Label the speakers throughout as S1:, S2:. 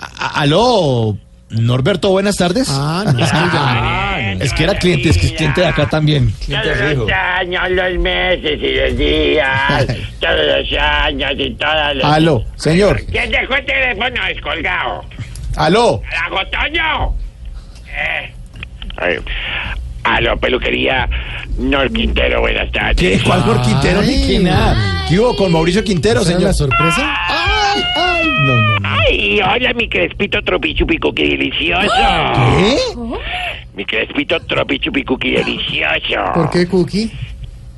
S1: A- Aló, Norberto, buenas tardes.
S2: Ah, no, es que ya.
S1: Es que era cliente, es que es cliente de acá también.
S3: Todos los años, los meses y los días, todos los años y todas las...
S1: Aló, señor.
S3: ¿Quién dejó el teléfono descolgado?
S1: Aló.
S3: ¡Carajo, Toño! Eh. Ay, Aló, peluquería, Nor Quintero, buenas tardes.
S1: ¿Qué? Eh, ¿Cuál por Quintero ni
S2: Ay.
S1: qué nada? ¿Qué hubo con Mauricio Quintero,
S2: ¿Esa era la
S1: señor?
S2: sorpresa?
S1: Ay, ay, no, no, no.
S3: ¡Ay, hola, mi crespito tropichupicuqui delicioso!
S1: ¿Eh?
S3: Mi crespito tropichupicuqui delicioso.
S2: ¿Por qué, Cookie?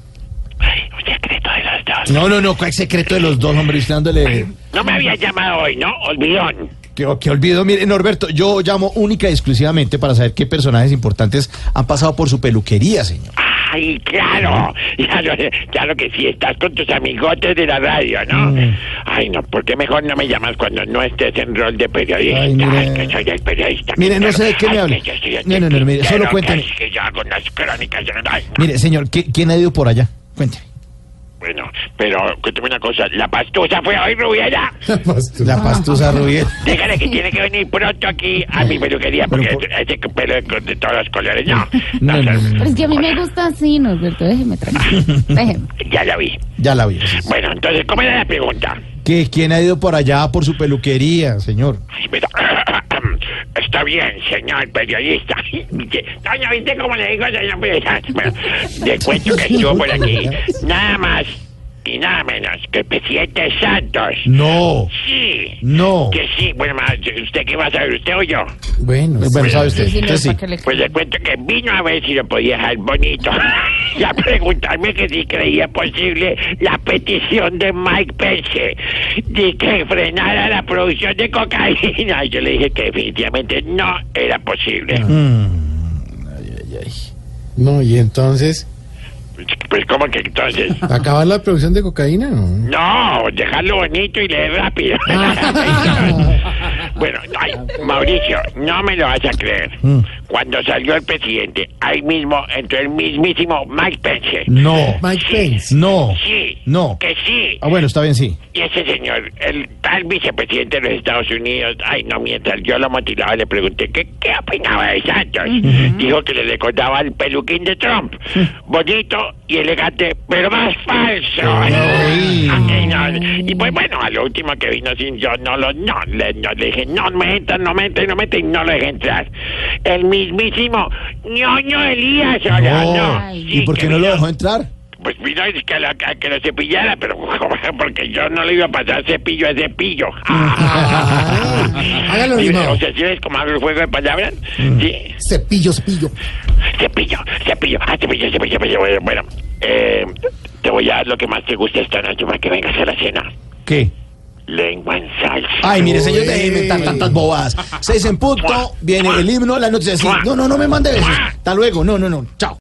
S3: Ay, un secreto de los dos.
S1: No, no, no, ¿cuál secreto de los dos, hombre? Usted dándole-
S3: No me había llamado hoy, ¿no? Olvidón.
S1: Que, que olvido, mire, Norberto, yo llamo única y exclusivamente para saber qué personajes importantes han pasado por su peluquería, señor.
S3: Ay, claro, claro, claro que sí, estás con tus amigotes de la radio, ¿no?
S1: Mm.
S3: Ay, no, ¿por qué mejor no me llamas cuando no estés en rol de periodista?
S1: Ay, mire.
S3: Ay, que soy el periodista.
S1: Mire, no sé de
S3: Ay,
S1: qué me
S3: que
S1: hable.
S3: yo soy el
S1: No, no, no, mire, solo
S3: que
S1: cuénteme.
S3: es que yo hago unas crónicas. Ay, no.
S1: Mire, señor, ¿qué- ¿quién ha ido por allá? Cuénteme.
S3: Bueno, pero cuéntame una cosa, ¿la pastusa fue hoy, Rubiera?
S2: Ah.
S1: La pastusa Rubiel.
S3: Dígale que tiene que venir pronto aquí a mi peluquería, porque
S1: Pero por-
S3: ese pelo es de todos los colores, ¿no?
S1: No,
S3: o sea,
S1: no, no.
S4: Pero es que a mí me gusta así, Norberto, déjeme tranquilo. Déjeme.
S3: Ya la vi.
S1: Ya la vi. sí, sí.
S3: Bueno, entonces, ¿cómo era la pregunta?
S1: ¿Qué- ¿Quién ha ido por allá por su peluquería, señor?
S3: Ay, pero- Está bien, señor periodista. Doña, ¿viste cómo le digo, señor periodista? Bueno, le cuento que estuvo por aquí nada más y nada menos que el presidente Santos.
S1: No,
S3: Sí.
S1: no.
S3: Que sí. Bueno, ma, ¿usted qué va a saber, usted o yo?
S2: Bueno,
S1: Bueno, sabe usted.
S4: Sí, sí, no,
S1: Usted sí.
S4: para que le-
S3: Pues le cuento que vino a ver si lo podía dejar bonito. y a preguntarme que si creía posible la petición de Mike Pence de que frenara la producción de cocaína. Y Yo le dije que definitivamente no era posible.
S2: no, y entonces,
S3: Pues como que entonces,
S2: ¿acabar la producción de cocaína? No.
S3: no, dejarlo bonito y leer rápido. bueno, ay, Mauricio, no me lo vas a creer. Cuando salió el presidente, ahí mismo entró el mismísimo Mike Pence.
S1: No,
S2: Mike Pence.
S1: no,
S3: Sí.
S1: no.
S3: Que sí.
S1: Ah, bueno, está bien, sí.
S3: Y ese señor, el tal vicepresidente de los Estados Unidos, ay no, mientras yo lo motilaba le pregunté que, qué opinaba de Santos. Dijo que le recordaba el peluquín de Trump. Bonito y elegante, pero más falso.
S1: Ay.
S3: Ay, no. Y pues bueno, a lo último que vino sin yo no lo no, le, no, le dije, no me entran, no me entran, no me entran, y no lo dejé entrar. El mismísimo ñoño Elías. hola,
S1: No.
S3: no.
S1: ¿Y
S3: Sí,
S1: por
S3: que
S1: qué no lo
S3: vino-
S1: dejó entrar?
S3: pues vino a que, la, a que lo cepillara, pero porque yo no le iba a pasar cepillo a cepillo.
S2: hágalo
S3: Y,
S2: rimado.
S3: O sea, si ves como hago el juego de palabras, sí,
S2: Cepillo, cepillo.
S3: cepillo, cepillo, ah, cepillo, cepillo, cepillo. Bueno, bueno, eh, te voy a dar lo que más te gusta esta noche para que vengas a la cena.
S1: ¿Qué?
S3: Lengua en salsa.
S1: Ay, mire, señor,
S2: Uy.
S1: déjeme inventar tantas bobadas. Seis en punto, viene el himno, la noticia. así. No, no, no me mande besos. Hasta luego. No, no, no. Chao.